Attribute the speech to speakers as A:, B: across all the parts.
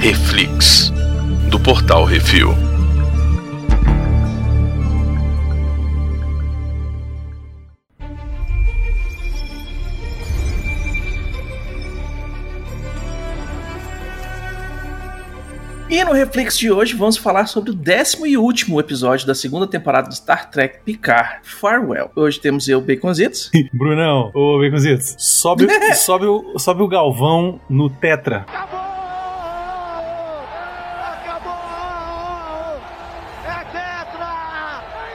A: Reflix, do portal Refil.
B: E no Reflex de hoje vamos falar sobre o décimo e último episódio da segunda temporada de Star Trek Picard, Farewell. Hoje temos eu, Baconzitos.
C: Brunão, ô Baconzitos, sobe, sobe, o, sobe o galvão no Tetra. Acabou!
D: Acabou! É Tetra!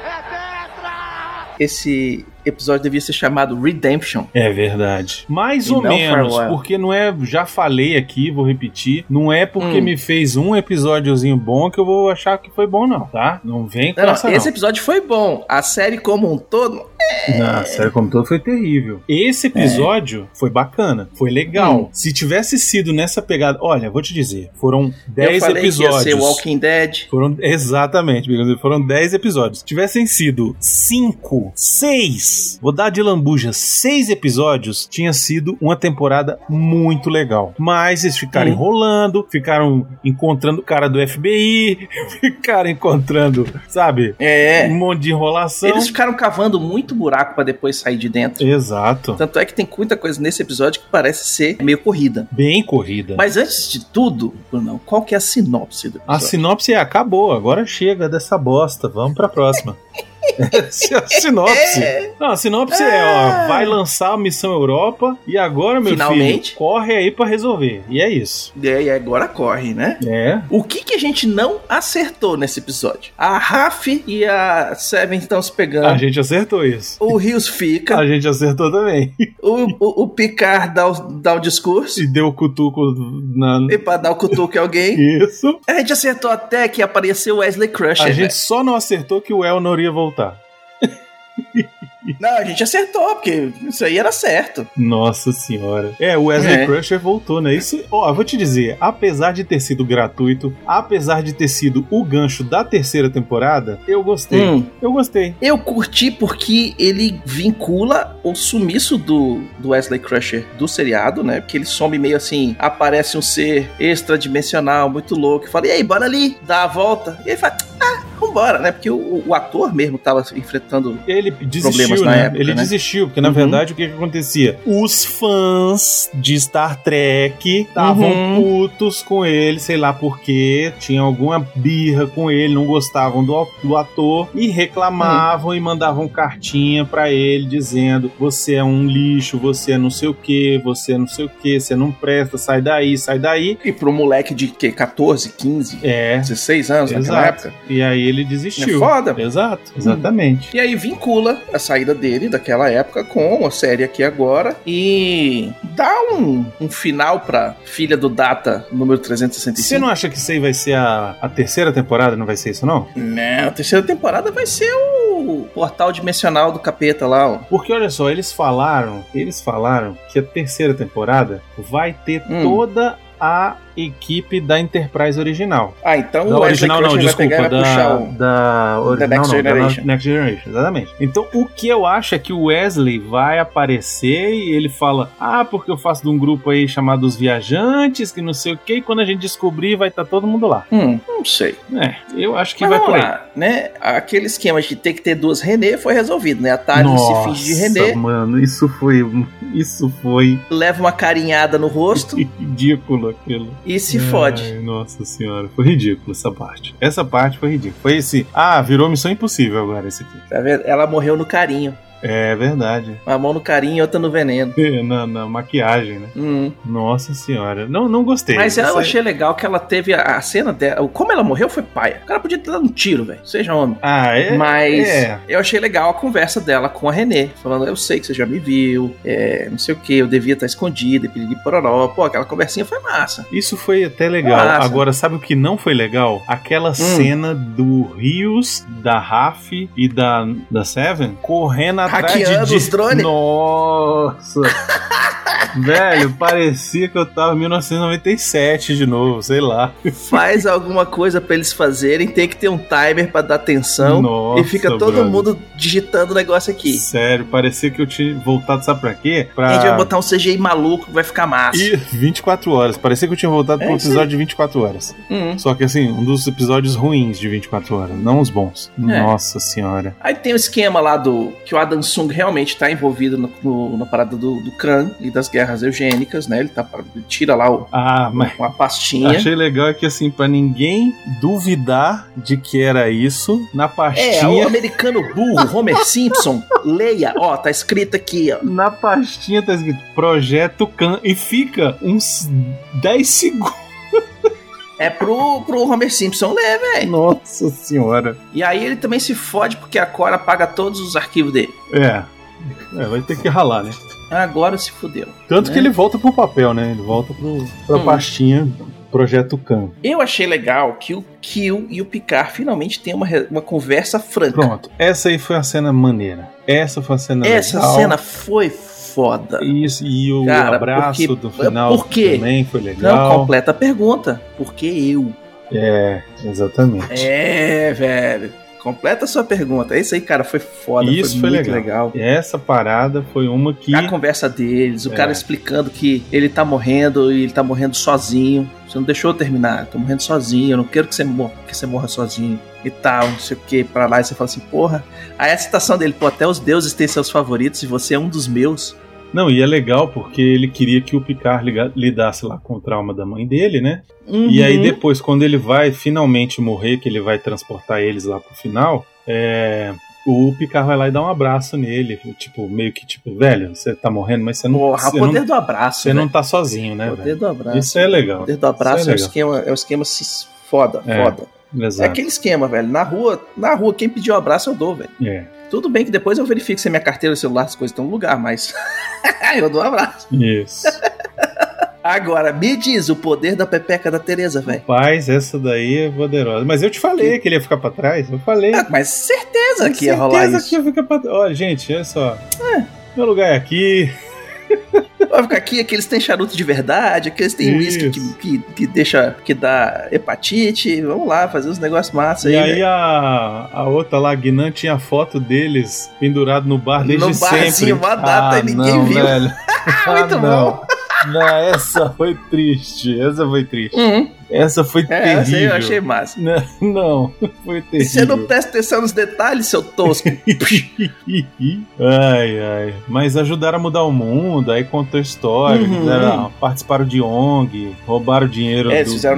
D: É Tetra!
B: Esse episódio devia ser chamado Redemption.
C: É verdade. Mais
B: E
C: ou
B: não um
C: menos,
B: Farewell.
C: porque não é. Já falei aqui, vou repetir. Não é porque
B: Hum.
C: me fez um episódiozinho bom que eu vou achar que foi bom, não, tá? Não vem com
B: Não, não,
C: essa. Não.
B: esse episódio foi bom. A série como um todo.
C: Não, sério, como um todo foi terrível. É. Esse episódio foi bacana, foi legal.
B: Hum.
C: Se tivesse sido nessa pegada, olha, vou te dizer, foram
B: eu
C: 10
B: falei
C: episódios.
B: que ia ser Walking Dead.
C: Foram exatamente, Bigos, foram 10 episódios. Se Tivessem sido 5, 6, vou dar de lambuja, 6 episódios, tinha sido uma temporada muito legal. Mas eles ficaram
B: Hum.
C: enrolando, ficaram encontrando o cara do FBI, ficaram encontrando, sabe?
B: É.
C: Um monte de enrolação.
B: Eles ficaram cavando muito buraco pra depois sair de dentro.
C: Exato.
B: Tanto é que tem muita coisa nesse episódio que parece ser meio corrida.
C: Bem corrida.
B: Mas antes de tudo, Brunão, qual que é a sinopse do
C: A
B: episódio?
C: sinopse é acabou, agora chega dessa bosta, vamos pra próxima. Essa é a sinopse.
B: É.
C: Não, a sinopse é, ó, vai lançar a missão Europa e agora, meu
B: Finalmente.
C: filho, corre aí pra resolver. E é isso.
B: E agora corre, né?
C: É.
B: O que que a gente não acertou nesse episódio? A Raf e a Seven estão se
C: A
B: pegando.
C: gente acertou isso.
B: O Rios fica.
C: A gente acertou também.
B: O, o, o Picard dá o, dá o discurso.
C: E deu o cutuco na.
B: E pra dar o cutuque a alguém.
C: Isso.
B: A gente acertou até que apareceu Wesley Crusher. né?
C: A
B: velho.
C: gente só não acertou que o El não iria voltar.
B: Não, a gente acertou, porque isso aí era certo.
C: Nossa senhora. É, o Wesley
B: É.
C: Crusher voltou, né? Isso, ó, vou te dizer, apesar de ter sido gratuito, apesar de ter sido o gancho da terceira temporada, eu gostei.
B: Hum.
C: Eu gostei.
B: Eu curti porque ele vincula o sumiço do, do Wesley Crusher do seriado, né? Porque ele some meio assim, aparece um ser extradimensional, muito louco, e fala, e aí, bora ali, dá a volta. E ele fala, ah, vambora, né? Porque o, o ator mesmo tava enfrentando...
C: Ele desistiu,
B: Problemas na
C: né?
B: época,
C: Ele
B: né?
C: desistiu, porque na
B: Uhum.
C: verdade o que, que acontecia? Os fãs de Star Trek estavam
B: Uhum.
C: putos com ele, sei lá porquê, tinha alguma birra com ele, não gostavam do, do ator e reclamavam e mandavam cartinha pra ele dizendo: você é um lixo, você é não sei o que, você é não sei o que, você não presta, sai daí, sai daí.
B: E pro um moleque de, que, 14, 15,
C: É,
B: 16 anos naquela
C: Exato.
B: época.
C: e aí ele
B: É
C: desistiu.
B: foda,
C: Exato, exatamente.
B: E aí vincula a saída dele daquela época com a série aqui agora e dá um, um final pra filha do Data número
C: Você
B: 365.
C: não acha que isso aí vai ser a, a terceira temporada? Não vai ser isso, não?
B: Não, Né, a terceira temporada vai ser o portal dimensional do capeta lá, ó.
C: Porque olha só, eles falaram, eles falaram que a terceira temporada vai ter
B: Hum.
C: toda a equipe da Enterprise original.
B: Ah, então
C: da
B: o
C: original não,
B: Crusher
C: desculpa,
B: vai pegar e vai
C: da,
B: puxar o...
C: da original
B: Next
C: não,
B: Generation.
C: da Next Generation, exatamente. Então o que eu acho é que o Wesley vai aparecer e ele fala, ah, porque eu faço de um grupo aí chamado Os Viajantes, que não sei o que, e quando a gente descobrir vai estar todo mundo lá.
B: Hum, não sei.
C: É, eu acho que
B: Mas
C: vai
B: vamos
C: por aí.
B: lá, né? Aquele esquema de ter que ter duas René foi resolvido, né? A Thales se finge de René,
C: mano, isso foi. Isso foi
B: leva uma carinhada no rosto
C: ridículo aquilo.
B: e se fode.
C: Ai, nossa senhora, foi ridículo essa parte. Essa parte foi ridícula. Foi esse. Ah, virou missão impossível agora esse aqui.
B: Tá vendo? Ela morreu no carinho.
C: É verdade.
B: Uma mão no carinho e outra no veneno.
C: Na, na maquiagem, né?
B: Hum.
C: Nossa senhora. Não, não gostei.
B: Mas eu
C: Essa-
B: achei legal que ela teve a, a cena dela. Como ela morreu foi paia. O cara podia ter dado um tiro, velho. Seja homem.
C: Ah, é.
B: Mas
C: é.
B: eu achei legal a conversa dela com a Renê, falando: Eu sei que você já me viu, é, não sei o que, eu devia estar escondida, e piriri pororó. Pô, aquela conversinha foi massa.
C: Isso foi até legal.
B: Nossa.
C: Agora, sabe o que não foi legal? Aquela
B: Hum.
C: cena do Rios, da Raf e da, da Seven correndo atrás
B: Hackeando
C: de, de...
B: os drones?
C: Nossa! Velho, parecia que eu tava em 1997 de novo, sei lá.
B: Faz alguma coisa pra eles fazerem, tem que ter um timer pra dar atenção.
C: Nossa,
B: Então, e fica todo
C: brother.
B: mundo digitando o negócio aqui.
C: Sério, parecia que eu tinha voltado, sabe pra quê? Pra...
B: A gente vai botar um CGI maluco que vai ficar massa.
C: Ih, 24 horas. Parecia que eu tinha voltado
B: É
C: pro
B: isso aí.
C: episódio de 24 horas.
B: Hum.
C: Só que assim, um dos episódios ruins de 24 horas, não os bons.
B: É.
C: Nossa senhora.
B: Aí tem o esquema lá do que o Adam Sung realmente tá envolvido no, no- na parada do, do Khan e das guerras eugênicas, né? Ele, tá, ele tira lá o-
C: Ah, mas
B: uma pastinha.
C: Achei legal é que, assim, pra ninguém duvidar de que era isso, na
B: É, o
C: pastinha.
B: americano burro, Homer Simpson, leia, ó, tá escrito aqui, ó.
C: Na pastinha tá escrito Projeto Can e fica uns 10 segundos.
B: É pro, pro Homer Simpson ler, velho.
C: Nossa senhora.
B: E aí ele também se fode porque a Cora apaga todos os arquivos dele.
C: É. É, vai ter que ralar, né?
B: Agora se fudeu.
C: Tanto
B: Né?
C: que ele volta pro papel, né? Ele volta pro, pra
B: Hum.
C: pastinha Projeto Can.
B: Eu achei legal que o Kill e o Picard finalmente têm uma, re- uma conversa franca.
C: Pronto. Essa aí foi a cena maneira. Essa foi a cena
B: Essa
C: legal.
B: cena foi foda.
C: Isso, e o
B: Cara,
C: abraço
B: porque-
C: do final
B: por quê?
C: também foi
B: Não,
C: legal.
B: completa a pergunta. Por que eu?
C: é, exatamente.
B: É, velho. Completa a sua pergunta. É Isso aí, cara, foi foda.
C: Isso foi
B: muito
C: legal. Essa parada foi uma que.
B: A conversa deles, o
C: É.
B: cara explicando que ele tá morrendo e ele tá morrendo sozinho. Você não deixou eu terminar, eu tô morrendo sozinho, eu não quero que você morra, que você morra sozinho e tal, não sei o que, pra lá. E você fala assim, porra. Aí a citação dele, pô, até os deuses têm seus favoritos e você é um dos meus.
C: Não, e é legal porque ele queria que o Picard liga- lidasse lá com o trauma da mãe dele, né? E aí
B: Uhum.
C: depois, quando ele vai finalmente morrer, que ele vai transportar eles lá pro final, é, O Picard vai lá e dá um abraço nele, tipo, meio que tipo, velho, você tá morrendo, mas você não,
B: Porra,
C: você
B: o poder
C: não,
B: do abraço.
C: você não tá sozinho, né,
B: né? Poder
C: velho?
B: do abraço.
C: Isso é
B: O
C: legal.
B: poder do abraço
C: Isso
B: é,
C: é
B: um
C: legal.
B: esquema, é um esquema sis- foda,
C: É,
B: foda. É
C: Exato.
B: aquele esquema, velho. Na rua, na rua, quem pediu abraço eu dou, velho.
C: É.
B: Tudo bem que depois eu verifico se é minha carteira, celular, as coisas estão no lugar, mas eu dou um abraço.
C: É, Isso.
B: Agora, me diz o poder da pepeca da Tereza, velho.
C: Rapaz, essa daí é poderosa. Mas eu te falei que ele ia ficar pra trás. Eu falei.
B: Ah, mas certeza que ia
C: certeza
B: rolar isso.
C: que ia ficar pra trás. Olha, gente, olha só. Meu lugar é aqui.
B: Vai ficar aqui, aqueles têm charuto de verdade, aqueles têm uísque que,
C: Isso.
B: que, que deixa, que dá hepatite. Vamos lá, fazer uns negócios massa aí. é
C: e
B: velho.
C: aí a, a outra lá, a Guinan, tinha a foto deles pendurado no bar desde
B: No
C: sempre.
B: barzinho, uma data,
C: ah,
B: e ninguém
C: não,
B: viu.
C: Velho.
B: Muito
C: ah, não. Não, essa foi triste. Essa foi triste.
B: Uhum.
C: Essa foi
B: É, essa
C: terrível.
B: aí eu achei é massa.
C: Não, não, foi terrível.
B: Você não presta atenção nos detalhes, seu tosco.
C: ai, ai. Mas ajudaram a mudar o mundo, aí contou a história,
B: Uhum.
C: fizeram- participaram de ONG, roubaram dinheiro
B: É,
C: do
B: eles fizeram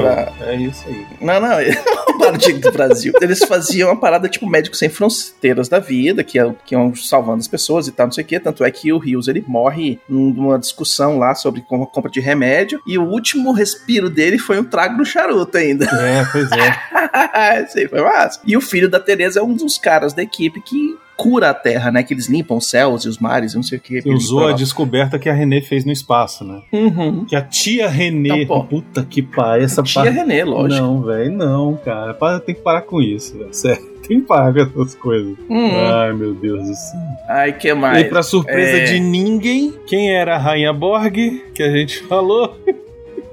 B: negócio pra-
C: É isso aí.
B: Não, não, eles roubaram dinheiro do Brasil. Eles faziam uma parada tipo Médicos Sem Fronteiras da vida, que é- que iam salvando as pessoas e tal, não sei o quê. Tanto é que o Rios, ele morre numa discussão lá sobre com- compra de remédio, e o último respiro dele foi um trago no charuto ainda.
C: É, pois é.
B: Isso aí foi massa. E o filho da Tereza é um dos caras da equipe que cura a Terra, né? Que eles limpam os céus e os mares, e não sei o quê.
C: Usou a descoberta que a René fez no espaço, né?
B: Uhum.
C: Que a tia René.
B: Então, pô.
C: puta que pariu, essa
B: Tia
C: parte.
B: René, lógico.
C: Não, velho, não, cara. Para- Tem que parar com isso, velho. Sério, tem que parar com essas coisas.
B: Hum.
C: Ai, meu Deus do céu.
B: Ai, que
C: É. E
B: mais?
C: pra surpresa
B: é.
C: de ninguém, quem era a Rainha Borg, que a gente falou.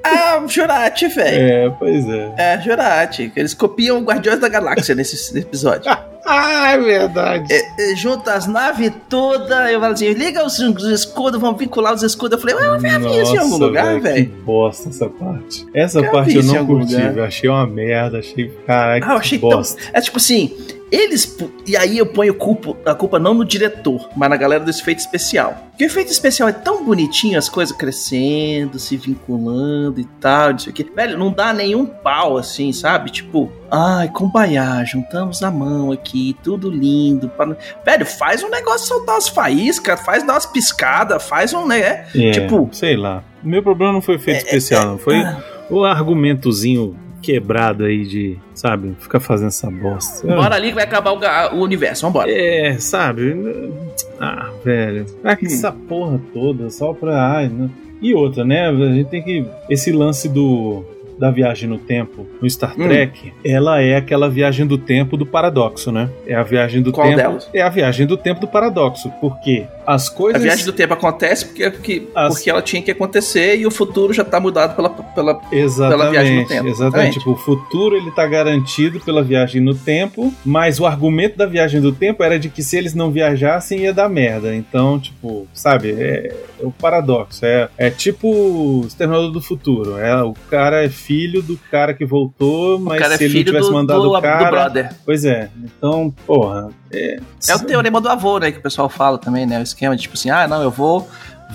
B: Ah, Jurati, velho.
C: É, pois é.
B: É, Jurati. Eles copiam o Guardiões da Galáxia nesse episódio.
C: Ah, é verdade.
B: É, é, junta as naves todas, eu falo assim, liga os, os escudos, vão vincular os escudos. Eu falei, ué,
C: Eu
B: vi isso em algum lugar, velho.
C: Que bosta essa parte. Essa
B: Eu vi
C: parte eu
B: isso em
C: não
B: algum
C: curti,
B: lugar.
C: velho. Achei uma merda, achei. Caraca,
B: Ah, eu achei
C: que bosta.
B: é tipo assim, eles... pu- E aí eu ponho culpa, a culpa não no diretor, mas na galera do efeito especial. Porque o efeito especial é tão bonitinho, as coisas crescendo, se vinculando e tal, não sei o quê. Velho, não dá nenhum pau, assim, sabe? Tipo, ai, combaiá, juntamos a mão aqui, tudo lindo. pra- Velho, faz um negócio soltar as faíscas, faz dar umas piscadas, faz um, né?
C: É,
B: tipo- É, ah.
C: Sei lá. Meu problema não foi efeito especial, não. Foi o argumentozinho quebrado aí de, sabe, ficar fazendo essa bosta.
B: Bora ali que vai acabar o, ga- o universo, vambora.
C: É, sabe? Ah, velho. Pra que
B: Hum.
C: essa porra toda? Só pra. Ai, né? E outra, né? A gente tem que. Esse lance do. Da viagem no tempo no Star
B: Hum.
C: Trek, ela é aquela viagem do tempo do paradoxo, né? É a viagem do
B: Qual
C: tempo.
B: delas?
C: É a viagem do tempo do paradoxo. Por quê? As
B: A
C: coisas.
B: viagem do tempo acontece porque, porque,
C: As-
B: porque ela tinha que acontecer e o futuro já tá mudado pela. pela...
C: Exatamente,
B: pela viagem no tempo,
C: Exatamente.
B: exatamente.
C: Tipo, o futuro ele tá garantido pela viagem no tempo, mas o argumento da viagem do tempo era de que se eles não viajassem ia dar merda. Então, tipo, sabe, é, é o paradoxo. É, é tipo o Exterminador do Futuro. É, o cara é filho do cara que voltou,
B: O
C: mas
B: cara é
C: se ele não
B: filho
C: tivesse
B: do,
C: mandado
B: do,
C: o
B: do
C: cara.
B: brother.
C: pois é. Então, porra. É,
B: É o teorema do avô, né? Que o pessoal fala também, né? O esquema de tipo assim: ah, não, eu vou,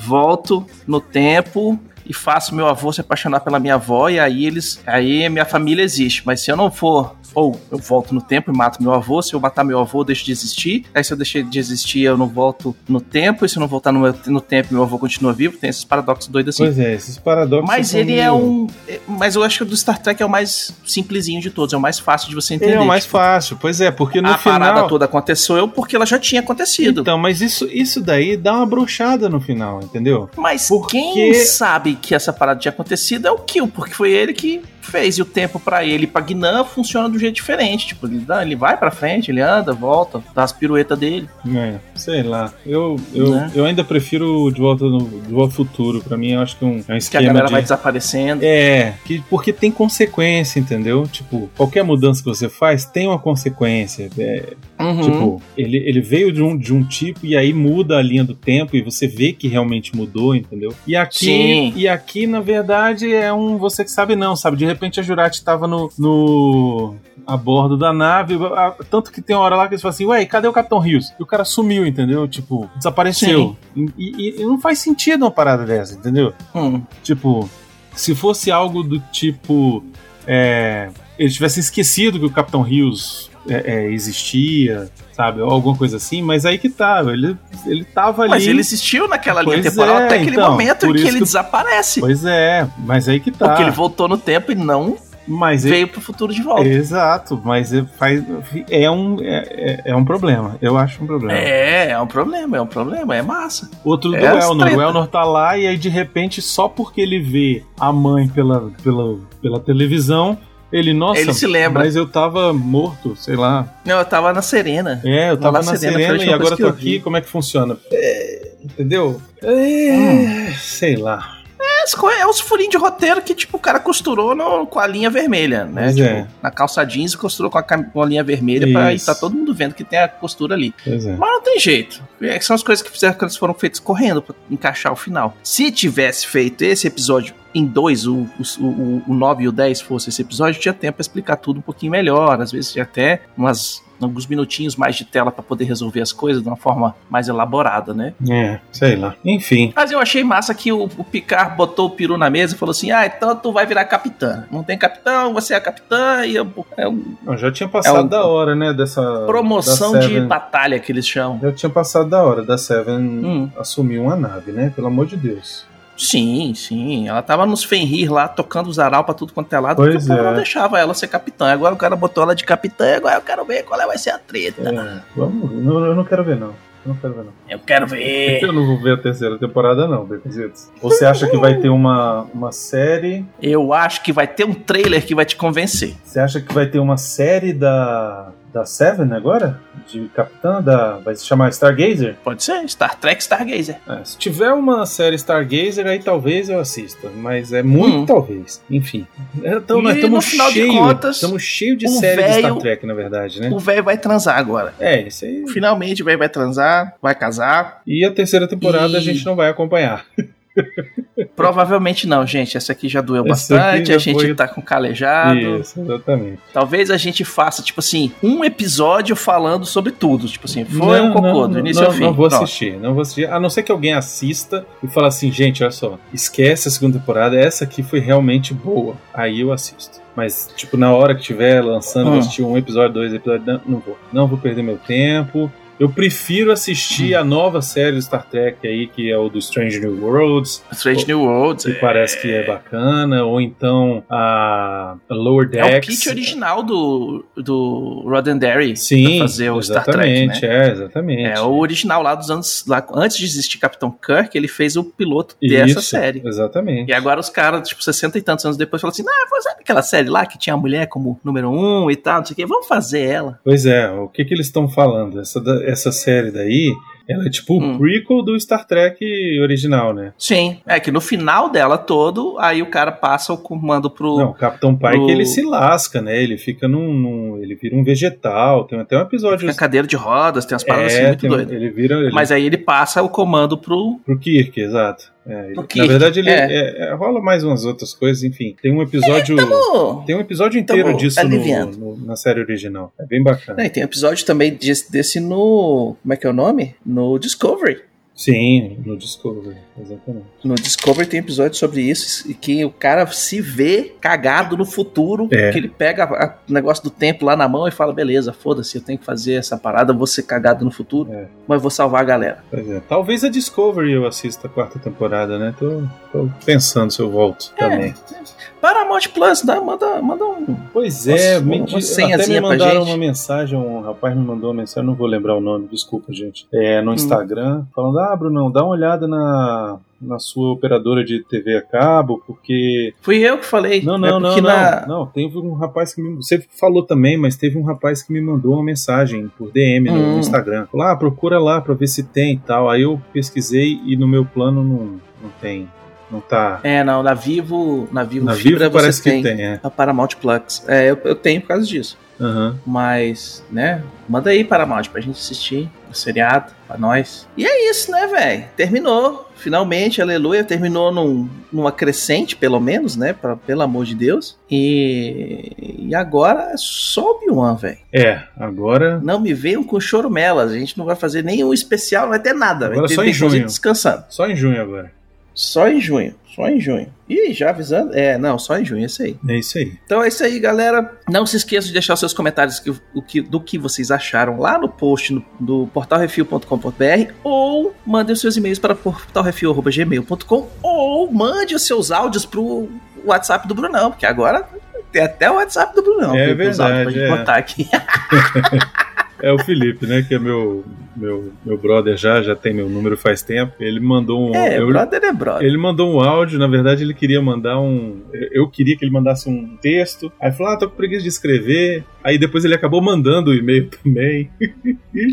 B: volto no tempo e faço meu avô se apaixonar pela minha avó e aí eles. Aí minha família existe. Mas se eu não for. Ou eu volto no tempo e mato meu avô. Se eu matar meu avô, eu deixo de existir. Aí se eu deixar de existir, eu não volto no tempo. E se eu não voltar no, meu- no tempo, meu avô continua vivo. Tem esses paradoxos doidos assim.
C: Pois é, esses paradoxos.
B: Mas
C: são
B: ele
C: meio-
B: é um. é- Mas eu acho que o do Star Trek é o mais simplesinho de todos, é o mais fácil de você entender.
C: Ele é o mais
B: Tipo,
C: fácil, pois é, porque no
B: a
C: final.
B: parada toda aconteceu porque ela já tinha acontecido.
C: Então, mas isso, isso daí dá uma bruxada no final, entendeu?
B: mas
C: por
B: quem
C: que-
B: sabe que essa parada tinha acontecido é o Kill, porque foi ele que fez. E o tempo pra ele e pra Guinan funciona de um jeito diferente. Tipo, ele, dá- ele vai pra frente, ele anda, volta, dá as piruetas dele.
C: É, sei lá. Eu, eu,
B: Né?
C: eu ainda prefiro o de volta no de volta ao futuro. Pra mim, eu acho que é um, é um
B: Que a
C: esquema.
B: galera
C: de...
B: vai desaparecendo.
C: É, que, porque tem consequência, entendeu? Tipo, qualquer mudança que você faz tem uma consequência. É,
B: Uhum.
C: Tipo, ele, ele veio de um, de um tipo e aí muda a linha do tempo e você vê que realmente mudou, entendeu? E aqui,
B: Sim.
C: e aqui na verdade, é um você que sabe não, sabe? De repente a Jurati tava no. no a bordo da nave, a- tanto que tem uma hora lá que eles falam assim, ué, e cadê o Capitão Rios? E o cara sumiu, entendeu? Tipo, desapareceu. E, e- e não faz sentido uma parada dessa, entendeu?
B: Hum.
C: Tipo, se fosse algo do tipo. É, eles tivessem esquecido que o Capitão Rios é, é, existia, sabe? Ou alguma coisa assim, mas aí que tá, ele, ele tava ali.
B: Mas ele existiu naquela linha
C: Pois
B: temporal
C: é,
B: até aquele
C: então,
B: momento
C: por
B: em que
C: isso
B: ele
C: que-
B: desaparece.
C: Pois é, mas aí que tá.
B: Porque ele voltou no tempo e não
C: Mas ele-
B: veio pro futuro de volta.
C: Exato, mas é, faz, é, um, é, é- é um problema. Eu acho um problema.
B: É, é um problema, é um problema, é massa.
C: Outro
B: É
C: do
B: as
C: Elnor. O
B: treta.
C: Elnor tá lá e aí de repente, só porque ele vê a mãe pela, pela, pela televisão, ele, nossa,
B: Ele se lembra.
C: mas eu tava morto, sei lá.
B: Não, eu tava na Serena.
C: É, eu
B: Lá
C: tava
B: na
C: na
B: Serena,
C: Serena,
B: foi a última
C: e agora
B: coisa que
C: tô
B: eu vi.
C: aqui, como é que funciona? É, entendeu? É, sei lá.
B: É, as co- é os furinhos de roteiro que, tipo, o cara costurou no- com a linha vermelha, né?
C: Pois
B: Tipo,
C: é.
B: Na calça jeans costurou com a, cam- com a linha vermelha pra e
C: Isso.
B: tá todo mundo vendo que tem a costura ali.
C: Pois é.
B: Mas não tem jeito. É que são as coisas que fizeram que eles foram feitas correndo pra encaixar o final. Se tivesse feito esse episódio em dois, o, o, o, o 9 e o 10 fosse esse episódio, tinha tempo pra explicar tudo um pouquinho melhor. Às vezes tinha até umas, alguns minutinhos mais de tela pra poder resolver as coisas de uma forma mais elaborada, né?
C: É, sei lá. Enfim.
B: Mas eu achei massa que o, o Picard botou o peru na mesa e falou assim: ah, então tu vai virar capitã. Não tem capitão, você é capitã e eu, é uma
C: Eu já tinha passado
B: É um-
C: da hora, né? Dessa.
B: promoção
C: da
B: de
C: Seven.
B: batalha que eles chamam.
C: Já tinha passado da hora da Seven
B: Hum.
C: assumir uma nave, né? Pelo amor de Deus.
B: Sim, sim. Ela tava nos Fenrir lá, tocando os aral pra tudo quanto é lado,
C: Pois
B: porque o povo
C: é.
B: não deixava ela ser capitã. Agora o cara botou ela de capitã, agora eu quero ver qual é- vai ser a treta.
C: É, vamos, ver. não, eu não quero ver não. Eu não quero ver não.
B: É. Eu quero ver.
C: Eu não vou ver a terceira temporada não, Bebezitos. Você acha que vai ter uma, uma série?
B: Eu acho que vai ter um trailer que vai te convencer.
C: Você acha que vai ter uma série da da Seven agora? De Capitã da vai se chamar Stargazer?
B: Pode ser, Star Trek Stargazer.
C: É, se tiver uma série Stargazer aí talvez eu assista, mas é muito
B: Hum.
C: talvez. Enfim. Então
B: E
C: nós
B: no
C: estamos
B: final de
C: cheio,
B: contas,
C: estamos cheio de
B: o
C: série de Star
B: velho-
C: Trek na verdade, né?
B: O velho vai transar agora.
C: É, isso aí.
B: Finalmente o velho vai transar, vai casar.
C: E a terceira temporada
B: E-
C: a gente não vai acompanhar.
B: Provavelmente não, gente. Essa aqui já doeu
C: Essa aqui
B: bastante,
C: já
B: a gente
C: foi-
B: tá com calejado.
C: Isso, exatamente.
B: Talvez a gente faça, tipo assim, um episódio falando sobre tudo. Tipo assim, foi
C: Não,
B: um cocô,
C: não,
B: do início
C: não,
B: ao fim.
C: Não vou
B: Pronto.
C: assistir, não vou assistir. A não ser que alguém assista e fale assim, gente, olha só, esquece a segunda temporada, essa aqui foi realmente boa. Aí eu assisto. Mas, tipo, na hora que tiver lançando, eu vou
B: Hum.
C: assistir um episódio, dois episódios. Não, não vou. Não vou perder meu tempo. Eu prefiro assistir
B: Hum.
C: a nova série do Star Trek aí, que é o do Strange New Worlds,
B: Strange New Worlds.
C: que parece que é bacana, ou então a Lower
B: É o
C: Decks.
B: kit original do, do Roddenberry
C: Sim,
B: pra fazer o Star Trek,
C: exatamente,
B: né?
C: é, exatamente.
B: É o original lá dos anos. Lá, antes de existir Capitão Kirk, ele fez o piloto
C: Isso,
B: dessa série.
C: Exatamente.
B: E agora os caras, tipo, 60 e tantos anos depois, falam assim: ah, sabe aquela série lá que tinha a mulher como número um e tal, não sei o quê? Vamos fazer ela.
C: Pois é, o que, que eles estão falando? Essa, da- essa série daí Ela é tipo
B: Hum.
C: o prequel do Star Trek original, né?
B: Sim. É que no final dela todo, aí o cara passa o comando pro.
C: Não, o Capitão Pike
B: o-
C: ele se lasca, né? Ele fica num, num- Ele vira um vegetal. Tem até um episódio.
B: Fica cadeira de rodas, tem umas paradas assim
C: É,
B: muito
C: tem um-
B: doidas.
C: ele vira. Ele... é
B: Mas aí ele passa o comando pro.
C: Pro Kirk, exato. É, ele-
B: Pro
C: na
B: Kirk,
C: verdade, ele
B: é.
C: é, é, rola mais umas outras coisas, enfim. Tem um episódio.
B: Pô.
C: Tem um episódio
B: Então,
C: inteiro
B: bom,
C: disso
B: tá
C: no-
B: aliviando.
C: no- na série original. É bem bacana.
B: Não, e tem um episódio também desse, desse no. Como é que é o nome? No Discovery.
C: Sim, no Discovery, exatamente.
B: No Discovery tem episódio sobre isso, e que o cara se vê cagado no futuro,
C: É.
B: que ele pega a- a- o negócio do tempo lá na mão e fala, beleza, foda-se, eu tenho que fazer essa parada, eu vou ser cagado no futuro,
C: É.
B: mas eu vou salvar a galera.
C: Pois é. Talvez a Discovery eu assista a quarta temporada, né? Tô, tô pensando se eu volto também.
B: Paramount Plus, dá, manda, manda um...
C: Pois
B: Nossa,
C: é,
B: uma-
C: me,
B: uma
C: di- até me
B: senhazinha pra
C: mandaram
B: gente.
C: uma mensagem, um rapaz me mandou uma mensagem, não vou lembrar o nome, desculpa, gente. É, no Instagram, falando, ah, Brunão, dá uma olhada na, na sua operadora de TV a cabo, porque...
B: Fui eu que falei.
C: Não,
B: né,
C: não, não,
B: porque
C: não,
B: na-
C: não, teve um rapaz que me... Você falou também, mas teve um rapaz que me mandou uma mensagem por DM no
B: Hum.
C: Instagram. Falou, ah, procura lá pra ver se tem e tal. Aí eu pesquisei e no meu plano não, não tem, não tá...
B: É, não, na Vivo, na Vivo
C: Na
B: Fibra
C: Vivo
B: você
C: parece
B: tem.
C: que tem, é.
B: A Paramount Plus. É, eu, eu tenho por causa disso.
C: Aham.
B: Mas, né? Manda aí, Paramount, pra gente assistir o seriado, pra nós. E é isso, né, velho? Terminou. Finalmente, aleluia. Terminou num, numa crescente, pelo menos, né? Pra, pelo amor de Deus. E, e agora é só Obi-Wan, velho.
C: É, agora...
B: Não me venham com choromelas. A gente não vai fazer nenhum especial, não vai ter nada.
C: Agora
B: vai ter
C: só em
B: inclusive,
C: junho.
B: descansando.
C: Só em junho agora.
B: Só em junho. Só em junho. Ih, já avisando? É, não, só em junho, é isso aí.
C: É isso aí.
B: Então é isso aí, galera. Não se esqueça de deixar os seus comentários que- o que- do que vocês acharam lá no post no- do portalrefil.com.br ou mandem os seus e-mails para portalrefil.gmail.com ou mande os seus áudios pro WhatsApp do Brunão, porque agora tem até o WhatsApp do Brunão.
C: É
B: tem os áudios pra
C: verdade,
B: gente
C: é.
B: botar aqui.
C: É o Felipe, né? Que é meu, meu, meu brother já, já tem meu número faz tempo. Ele mandou um.
B: É,
C: eu-
B: brother é brother.
C: ele mandou um áudio, na verdade ele queria mandar um. Eu queria que ele mandasse um texto. Aí falou, ah, tô com preguiça de escrever. Aí depois ele acabou mandando o e-mail também.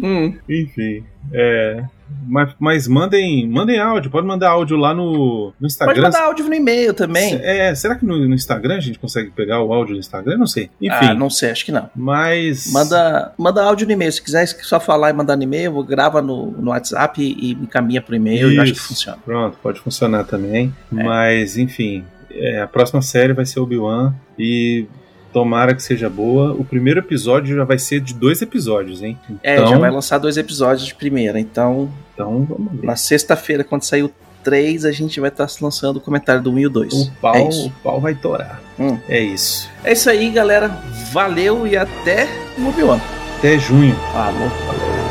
B: Hum,
C: Enfim. É. Mas, mas mandem, mandem áudio, pode mandar áudio lá no, no
B: pode
C: Instagram.
B: mandar áudio no e-mail também.
C: É, será que no, no Instagram a gente consegue pegar o áudio do Instagram? Não sei. Enfim.
B: Ah, não sei, acho que não.
C: Mas.
B: Manda, manda áudio no e-mail. Se quiser só falar e mandar no e-mail, grava no, no WhatsApp e, e me encaminha pro e-mail. Eu acho que
C: Isso.
B: funciona.
C: Pronto, pode funcionar também.
B: É.
C: Mas, enfim, é, a próxima série vai ser Obi-Wan e tomara que seja boa. O primeiro episódio já vai ser de dois episódios, hein?
B: É,
C: Então-
B: já vai lançar dois episódios de primeira. Então,
C: Então, vamos ver.
B: na sexta-feira, quando sair o 3, a gente vai estar lançando o comentário do 1 e o 2.
C: O pau,
B: É
C: o
B: isso.
C: pau vai torar.
B: Hum.
C: É isso.
B: É isso aí, galera. Valeu e até o Obi-Wan.
C: Até junho.
B: Falou.
C: Valeu.